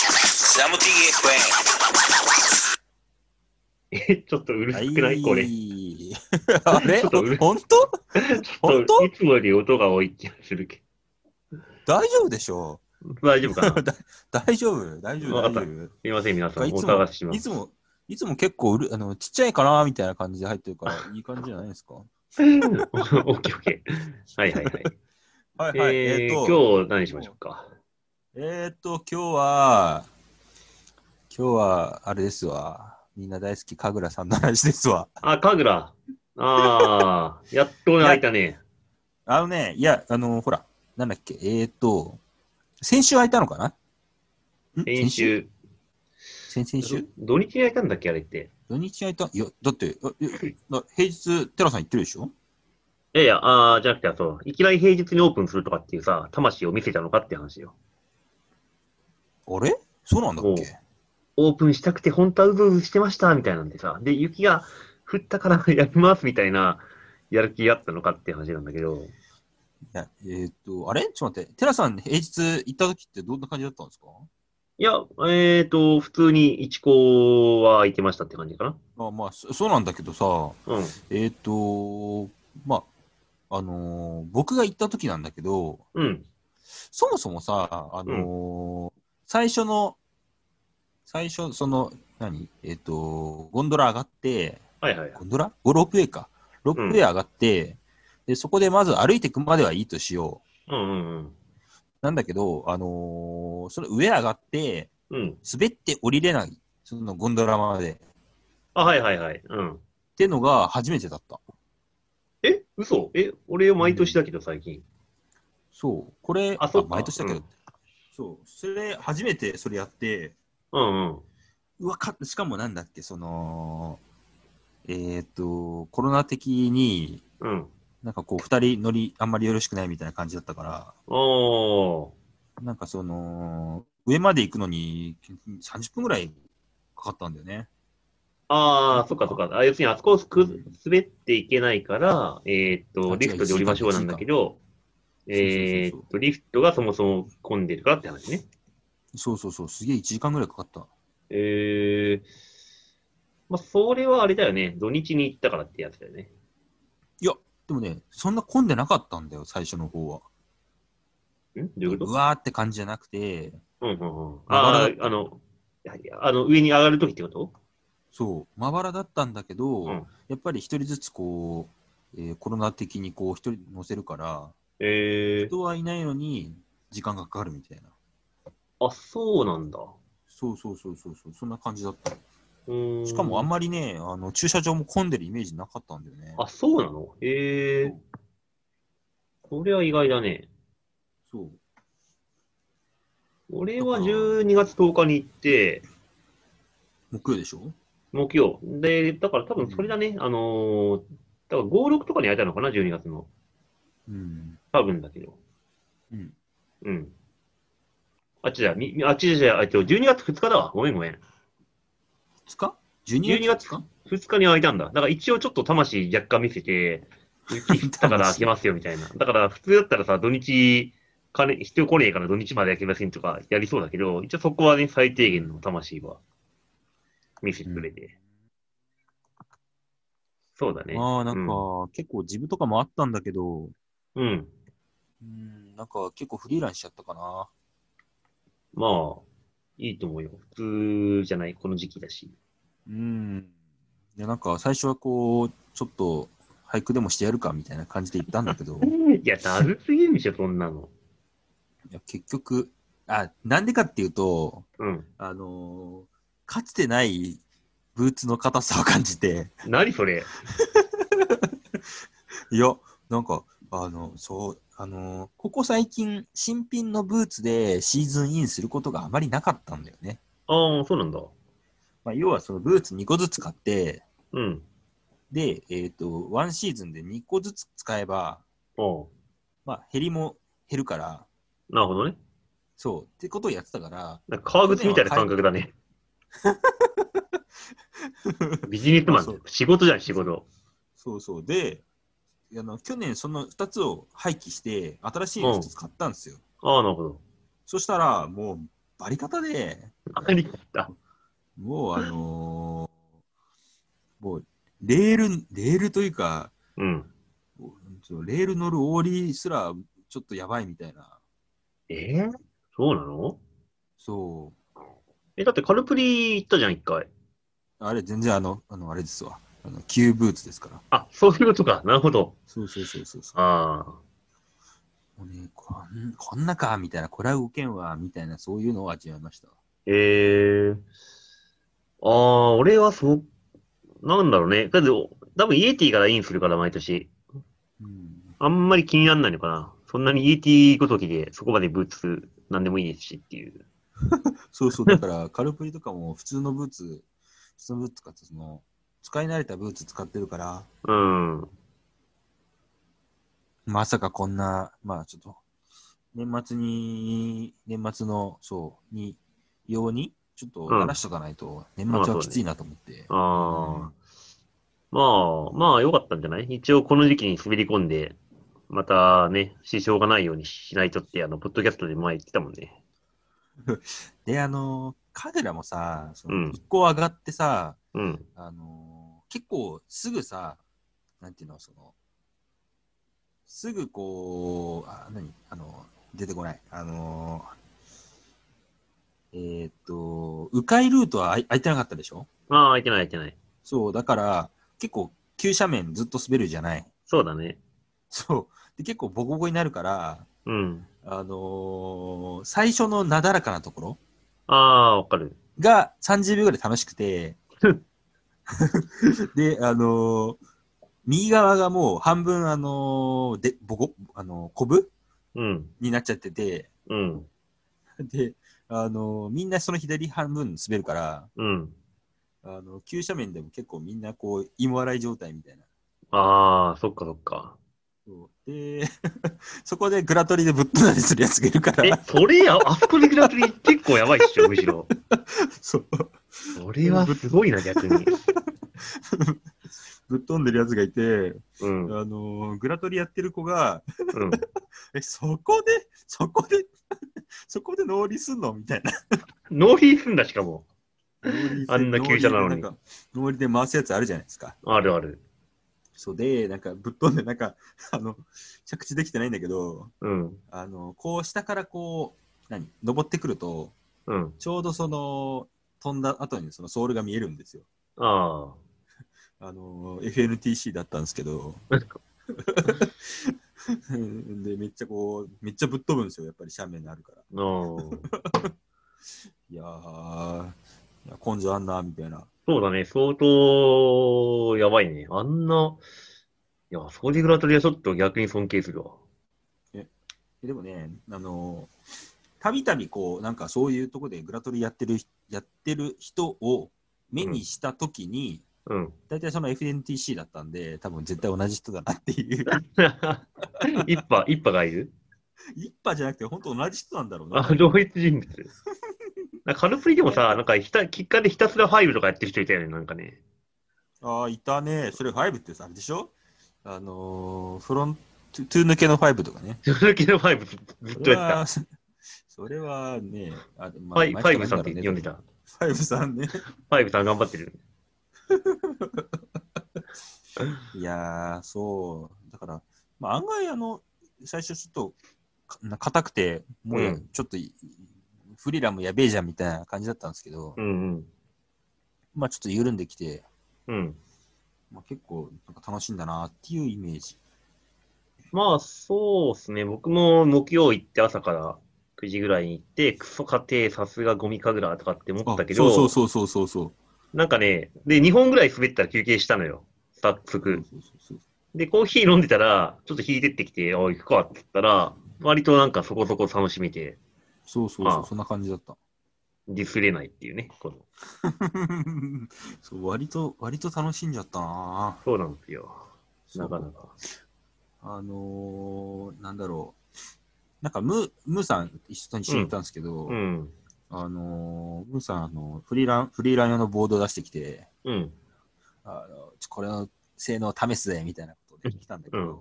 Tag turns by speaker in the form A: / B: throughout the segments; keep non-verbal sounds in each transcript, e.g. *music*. A: サムティ
B: え、 *laughs* ちょっとうるさくないこれ。ち
C: あれ
B: ちょっとうる
C: 本当
B: ょ
C: 本
B: っ
C: 当
B: といつもより音が多い気がするけ
C: 大丈夫でしょ
B: ど。大丈夫
C: *laughs*
B: かな
C: 大丈夫大丈夫
B: わか
C: 大
B: った
C: 丈夫
B: すいません、皆さん。
C: いつ
B: お
C: も
B: 探ししま
C: い
B: す。
C: つも、いつも結構うるあのちっちゃいかなみたいな感じで入ってるから、いい感じじゃないですか。
B: *laughs* オッケーオッケー。はいはいはい。
C: *laughs* はいはい。え
B: え
C: っ、
B: ー
C: と、
B: 今日何しましょうか。
C: えっ、と、今日は、今日は、あれですわ。みんな大好き、神楽さんの話ですわ。
B: あ、神楽。ああ、
C: *laughs*
B: やっと泣いたね。
C: あのね、いや、あの、ほら、なんだっけ、えっ、と、先週開いたのかなん
B: 先週。
C: 先々週
B: 土日に焼いたんだっけあれって。
C: 土日開いたいや、だって、あいやだ平日、テラさん行ってるでしょ
B: いやいや、ああ、じゃなくて、そう、いきなり平日にオープンするとかっていうさ、魂を見せたのかって話よ。
C: あれそうなんだっけ
B: オープンしたくて、本当はうずうずしてました、みたいなんでさ。で、雪が降ったから *laughs* やります、みたいな、やる気があったのかって話なんだけど、
C: いや、えーっ、と、あれちょっと待って、テラさん、平日行った時ってどんな感じだったんですか
B: いや、えーと、普通に一校は空いてましたって感じかな。
C: あまあそ、そうなんだけどさ、
B: うん。
C: えーっ、と、まあ、あのー僕が行った時なんだけど、
B: うん。
C: そもそもさ、あのー最初の、最初、その、何えーっ、と、ゴンドラ上がって、
B: はいはいはい。
C: ゴンドラゴロープウェイか。ロープウェイ上がって、で、そこでまず歩いていくまではいいとしよう。
B: うんうん
C: なんだけど、あのーそれ上上がって、
B: うん。うん。
C: 滑って降りれない、そのゴンドラまで。っ
B: あ、はいはいはい。うん。
C: てのが初めてだった。
B: え嘘え俺毎年だけど、最近。
C: そう。これ、
B: あそっか
C: 毎年だけど、
B: うん
C: そう。それ、初めてそれやって、
B: うんうん。
C: うわ、か、しかもなんだっけ、その、えっ、と、コロナ的に、
B: うん。
C: なんかこう、二人乗り、あんまりよろしくないみたいな感じだったから、
B: おー。
C: なんかその、上まで行くのに30分ぐらいかかったんだよね。
B: ああ、そっかそっか。あ要するに、あそこをすく滑っていけないから、えーっ
C: あ違
B: と、
C: う
B: リフトで降りましょうなんだけど、
C: 時間
B: え
C: そうそうそ
B: ー
C: う
B: っと、リフトがそもそも混んでるからって話ね。
C: そうそうそう、すげえ1時間ぐらいかかった。
B: えー、まあ、それはあれだよね。土日に行ったからってやつだよね。
C: いや、でもね、そんな混んでなかったんだよ、最初の方は。
B: んどういうこ
C: う
B: と
C: わーって感じじゃなくて、
B: うんうんうん。ああ、あの、はいあの、上に上がるときってこと
C: そう、まばらだったんだけど、
B: うん
C: やっぱり一人ずつこう、えーコロナ的にこう一人乗せるから、
B: えー、
C: 人はいないのに時間がかかるみたいな。
B: あ、そうなんだ。
C: そうそうそうそうそう、そんな感じだった。
B: うーん。
C: しかもあん
B: ま
C: まりね、あの駐車場も混んでるイメージなかったんだよね。
B: あ、そうなのええー。それは意外だね。
C: そう。
B: 俺は12月10日に行って、
C: 木曜でしょ
B: 木曜。で、だから多分それだね、あのー、だから5、6とかに会えたのかな、12月の。
C: うん。
B: 多分だけど。
C: うん。
B: うん。あっちだ、みみあっちじゃ、えっと、12月2日だわ。ごめんごめん。
C: 2日 ?12
B: 12
C: 月
B: 月
C: か
B: 2日に会えたんだ。だから一応ちょっと魂若干見せて、雪降ったから開けますよみたいな。だから普通だったらさ、土日、金、人来ねえから土日まで開けませんとかやりそうだけど、一応そこはね、最低限の魂は見せてくれて。そうだね。
C: ああ、なんか、
B: う
C: 結構自分とかもあったんだけど、
B: うん。
C: うん、なんか結構フリーランしちゃったかな。
B: まあ、いいと思うよ。普通じゃない、この時期だし。
C: うん。いや、なんか最初はこう、ちょっと俳句でもしてやるかみたいな感じで言ったんだけ
B: *laughs*
C: ど、い
B: いや、だるすぎるでしょ、そんなの。
C: や結局、あ、なんでかっていうと、
B: うん。
C: あのーかつてないブーツの硬さを感じて、
B: 何それ。
C: いや、なんか、あの、そう、あのーここ最近、新品のブーツでシーズンインすることがあまりなかったんだよね。
B: ああ、そうなんだ。
C: まあ、要はそのブーツ2個ずつ買って、
B: うん。
C: で、えっ、と、ワンシーズンで2個ずつ使えば、
B: ああ、
C: まあ、減りも減るから、
B: なるほどね。
C: そう、ってことをやってたから、
B: なんか革靴みたいな感覚だね。ビジネスマンだよ、仕事じゃん、仕事。
C: そうそう、で、あの去年その2つを廃棄して、新しいの1つ買ったんですよ。
B: ああ、なるほど。
C: そしたら、もう、バリ方で、
B: かりった。
C: もう、あのーもう、レール、レールというか、
B: うん。
C: そのレール乗るオーリーすら、ちょっとやばいみたいな。
B: えー、そうなの
C: そ
B: え、だってカルプリ行ったじゃん、一回。
C: う。あれ、全然あの、あの、あれですわ。あの、旧ブーツですから。
B: あ、そういうことか。なるほど。
C: そうそうそうそうそう。
B: ああ。
C: もうね、こんこんなか、みたいな、これは動けんわ、みたいな、そういうのを味わいました。
B: ええああ、俺はそう、なんだろうね。だって、多分イエティからインするから、毎年。
C: うん。
B: あんまり気になんないのかな。そんなにイエティごときで、そこまでブーツ、なんでもいいですしっていう。
C: そうそう、だから、 *laughs* カルプリとかも普通のブーツ、普通のブーツ使って、その、使い慣れたブーツ使ってるから、
B: うん。うん
C: まさかこんな、まあちょっと、年末に、年末の、そう、に、用に、ちょっと
B: うん
C: 話しとかないと、年末はきついなと思って。
B: ああ。まあ、まあ、良かったんじゃない一応この時期に滑り込んで、またね、支障がないようにしないとって、あの、ポッドキャストで前言ってたもんね。
C: で、あの、彼らもさ、そ
B: うん
C: の一個上がってさ、
B: うん。
C: あの、結構すぐさ、なんていうの、その、すぐこう、あ、何あの、出てこない。あの、えーっと、迂回ルートはあい空いてなかったでしょ
B: まあ、空いてない空いてない。
C: そう、だから、結構、急斜面ずっと滑るじゃない。
B: そうだね。
C: そう。で、結構ボコボコになるから、
B: うん。
C: あのー最初のなだらかなところ
B: ああ、わかる。
C: が30秒ぐらい楽しくて
B: ふん、
C: で、あのー右側がもう半分、あのーで、ボコ、あのー、コブ
B: うん。
C: になっちゃってて、
B: うん。
C: で、あのーみんなその左半分滑るから、
B: うん。
C: あの、急斜面でも結構みんなこう、芋洗い状態みたいな。
B: ああ、そっかそっか。
C: そうで、 *laughs* そこでグラトリでぶっ飛んだりするやつがいるか
B: え
C: ら、、
B: そ *laughs* れや、あそこでグラスリー結構やばいっしょ、むしろ。
C: そう、
B: それはすごいな、逆に。
C: ぶっ飛んでるやつがいて、
B: うん。うん。
C: あのーグラトリやってる子が、
B: うん。
C: え、そこで、そこで、 *laughs* そこでノーリすんのみたいな。
B: ノーリーすんだ、しかも。
C: ノーリで
B: あんな急車なのに
C: ノーリでんかノーリで回すやつあるじゃないですか。
B: あるある。
C: そうで、なんかぶっ飛んで、なんか、あの、着地できてないんだけど、
B: うん。
C: あの、こう下からこう、何、登ってくると、
B: うん。
C: ちょうどその、飛んだ後にそのソールが見えるんですよ。
B: あ
C: あのー、FNTC だったんですけど、 *laughs*
B: あ。
C: うんで、めっちゃこう、めっちゃぶっ飛ぶんですよ、やっぱり斜面にあるから。
B: の
C: いやー、いや根性あんな、みたいな。
B: そうだね、相当やばいね。あんな、いや、そこでグラトリはちょっと逆に尊敬するわ。
C: えでもね、あのーたびたびこう、なんかそういうとこでグラトリやってる、やってる人を目にしたときに、
B: うん。 *laughs*
C: 大体その FNTC だったんで、多分絶対同じ人だなって
B: *laughs*
C: いう。
B: 一派、一派がいる
C: 一派じゃなくて、本当同じ人なんだろうな
B: あ、。同一人物。なんかカルプリでもさ、なんかひた、きっかけでひたすらファイブとかやってる人いたよね、なんかね。
C: ああ、いたね。それ5ってさ、あれでしょあのーフロント、トゥ抜けの5とかね。
B: その時のファイブずずっとやってた。
C: それはそれはね、あま
B: ファイファイブさんって
C: 毎
B: 呼ん
C: 回
B: でた。
C: なんだろうねファイブさんね。
B: ファイブさん頑張ってる。
C: いやー、そう。だから、まあ、案外、あの、最初ちょっとか、な硬くて、もうや、
B: うん
C: ちょっとい、フリラもやべえじゃんみたいな感じだったんですけど、
B: うんうん。
C: まあ、ちょっと緩んできて、
B: うん。
C: まあ、結構、なんか楽しいんだなっていうイメージ。
B: まあ、そうですね。僕も木曜行って朝から9時ぐらいに行って、クソ家庭さすがゴミかぐらとかって思ったけど、
C: そうそうそうそうそう
B: なんかね、で、2本ぐらい滑ったら休憩したのよ。早
C: そう
B: 速。
C: そうそうそう。
B: で、コーヒー飲んでたら、ちょっと引いてってきて、おい、行くかって言ったら、割となんかそこそこ楽しめて、
C: そうそう
B: あ
C: そ
B: あ
C: う、そんな感じだった。 *laughs*
B: ディスれないっていうね。この
C: そう割と、割と楽しんじゃったな
B: そうなんですよ。なかな
C: そう
B: か。
C: あのー、なんだろう。なんか、ムー、ムーさん一緒に一緒に行ったんですけど、
B: うん。
C: あのー、ムーさん、あの、フリーラン、フリーラン用のボード出してきて、
B: うん。
C: あの、ちょこれの性能を試すぜ、みたいなことで来たんだけど、
B: うん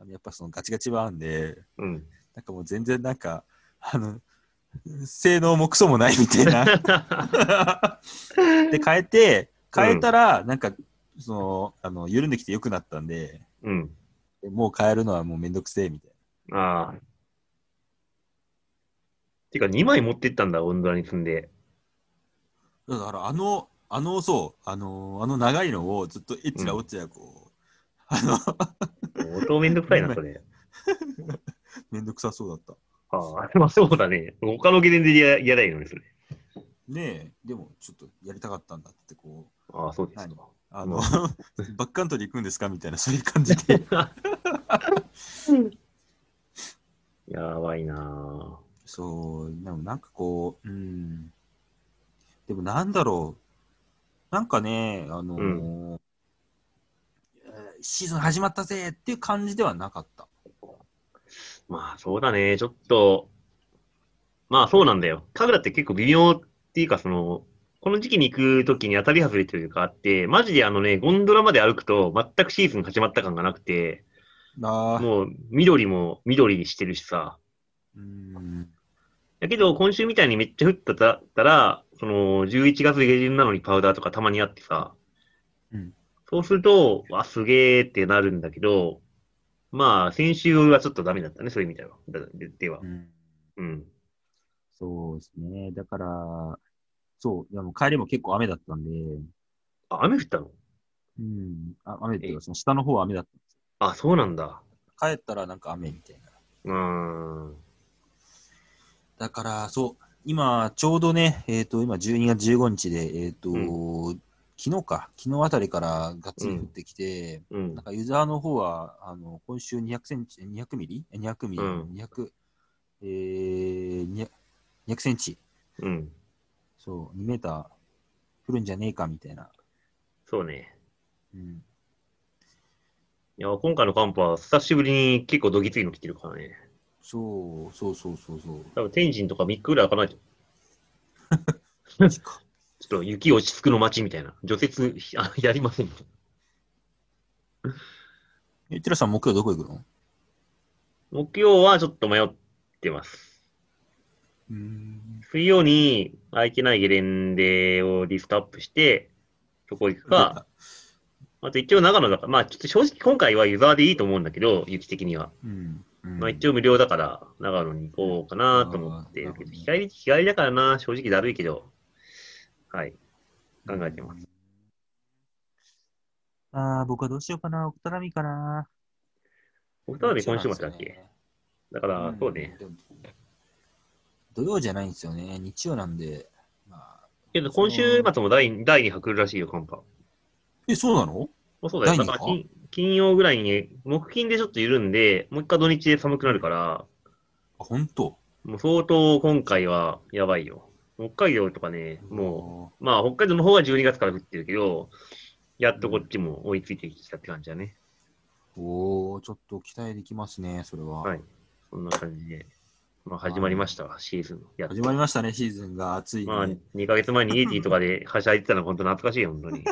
C: あのやっぱそのガチガチはあんで、
B: うん。
C: なんかもう全然なんか、あの、性能もクソもないみたい *laughs* な。で、変えて、変えたら、なんか、その、あの、緩んできて良くなったんで、
B: うん。
C: もう変えるのはもうめんどくせえ、みたい
B: ああ。てか、2枚持ってったんだ、オンドラに積んで。
C: な。だから、あの、あの、そう、あの、あの長いのをずっとえっちらおっちらこう、あの、
B: 相当めんどくさいな、それ。
C: *laughs* めんどくさそうだった。
B: あ *laughs* あ、まあそうだね。他のゲレンデでややらないのに、それ。
C: ねえ、でも、ちょっとやりたかったんだって、こう、
B: ああ、そうです
C: 何
B: か。
C: あの、 *laughs* バックカントリー行くんですかみたいな、そういう感じ
B: *laughs*
C: で。
B: *laughs* やばいな
C: そう、でもなんかこう、うん。でもなんだろう。なんかね、あのーえーシーズン始まったぜっていう感じではなかった。
B: ぁまあそうだね。ちょっと、まあそうなんだよ。神楽って結構微妙っていうか、その、この時期に行くときに当たり外れというかあって、マジであのね、ゴンドラまで歩くと全くシーズン始まった感がなくて、
C: なあ
B: もう緑も緑にしてるしさ。
C: うん。
B: だけど今週みたいにめっちゃ降っただったら、その11月下旬なのにパウダーとかたまにあってさ、
C: うん
B: そうすると、わ、すげーってなるんだけど、まあ先週はちょっとダメだったね、そういう意味では。だででは
C: う。ん
B: うん。
C: そうですね。だから、そう、でも帰りも結構雨だったんで、
B: あ、雨降ったの
C: うん。あ雨っていうか、その下の方は雨だっ
B: あ、そうなんだ。
C: た。帰ったらなんか雨みたいな。
B: うーん。
C: だから、そう、今、ちょうどね、えっ、と、今、12月15日で、えっ、と、昨日か、昨日あたりからがっつり降ってきて、
B: うん
C: なん。か、ユーザーの方は、あの、今週200センチ、200ミリえ ?200 ミリ、
B: うん
C: 200、えー、200 200センチ、
B: うん。
C: そう、2メーター降るんじゃねえか、みたいな。
B: そうね。
C: うん。
B: いや、今回の寒波は久しぶりに結構どぎついの来てるからね。
C: そう、そうそうそうそう。
B: 多分天神とか3日ぐらい開かないと、
C: *laughs* マジか
B: *laughs* ちょっと雪落ち着くの街みたいな。除雪あやりません。
C: え、テラさん、木曜どこ行くの
B: 木曜はちょっと迷ってます。
C: うん。
B: 水曜に空いてないゲレンデをリストアップして、そこ行くか、あと一応長野だから、まあちょっと正直今回は湯沢でいいと思うんだけど、雪的には。
C: うん。うん
B: まあ一応無料だから、長野に行こうかなと思ってるけど、
C: あー
B: 日帰り、日帰りだからな、正直だるいけど、はい、考えてます。
C: ああ、僕はどうしようかな。奥多摩美かな。
B: 僕ただで今週末だっけ、だから、そうね。
C: ん。でも土曜じゃないんですよね。日曜なんで。まあ、
B: けど今週末も第第2波来るらしいよ、寒波。
C: え、そうなの
B: まあ、そうだよ。
C: 第
B: だ
C: 二
B: から
C: 波
B: 金金曜ぐらいに、木金でちょっと緩んで、もう一回土日で寒くなるから、
C: あ、ほんと
B: もう相当今回はやばいよ。北海道とかね、もう、まあ北海道の方は12月から降ってるけど、やっとこっちも追いついてきたって感じだね。
C: う。おおちょっと期待できますね、それは。
B: はいそんな感じで、まあ始まりました、シーズン。やっと
C: 始まりましたね、シーズンが。暑い、ね。
B: まあ、2ヶ月前に ET とかではしゃいでたの本当懐かしいよ、本当 *laughs* に。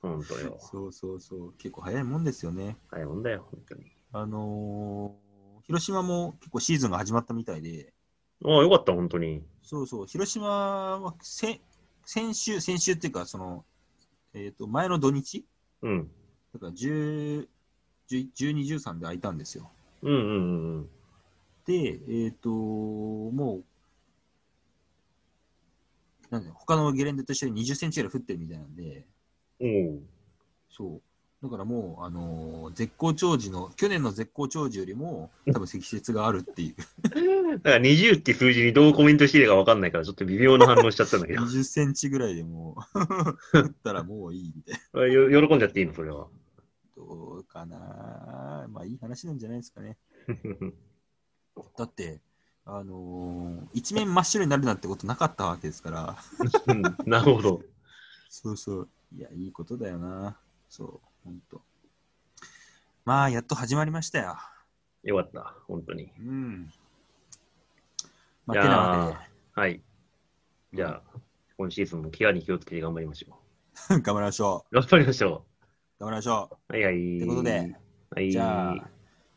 B: 本当よ。
C: そうそうそう。結構早いもんですよね。
B: はい、ほんだよ、本当に。
C: あのー広島も結構シーズンが始まったみたいで、
B: ああ、よかった、本当に。
C: そうそう、広島はせ先週、先週っていうか、その、えっ、と、前の土日
B: うん。
C: だから10 10 12、13で空いたんですよ。
B: うんうんうんうん。
C: で、えっ、と、もう、なんだろう他のゲレンデと一緒に20センチぐらい降ってるみたいなんで、
B: おう。
C: そう。だからもう、あのー絶好調時の、去年の絶好調時よりも、多分積雪があるっていう、
B: だから20って数字にどうコメントしていいかわかんないから、ちょっと微妙な反応しちゃったんだけど。
C: 20センチぐらいでもう、降 *laughs* ったらもういいみたいな。
B: *laughs* よ喜んじゃっていいの、それは。
C: どうかなまあ、いい話なんじゃないですかね。だって、あのー一面真っ白になるなんてことなかったわけですから。
B: うんなるほど。
C: そうそう。いや、いいことだよな。そう、ほんと。まあ、やっと始まりましたよ。
B: よかった、本当に。
C: うん。まあ、
B: いやー
C: てなわ
B: はい。
C: けで、
B: じゃあ、今シーズンも怪我に気をつけて頑張りましょ
C: うん *laughs* 頑張りましょ
B: う。頑張りましょ
C: う。頑張りましょ
B: う。はいはい。
C: う。ということで、
B: はい。
C: じゃあ、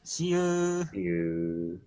C: See you!
B: っていう。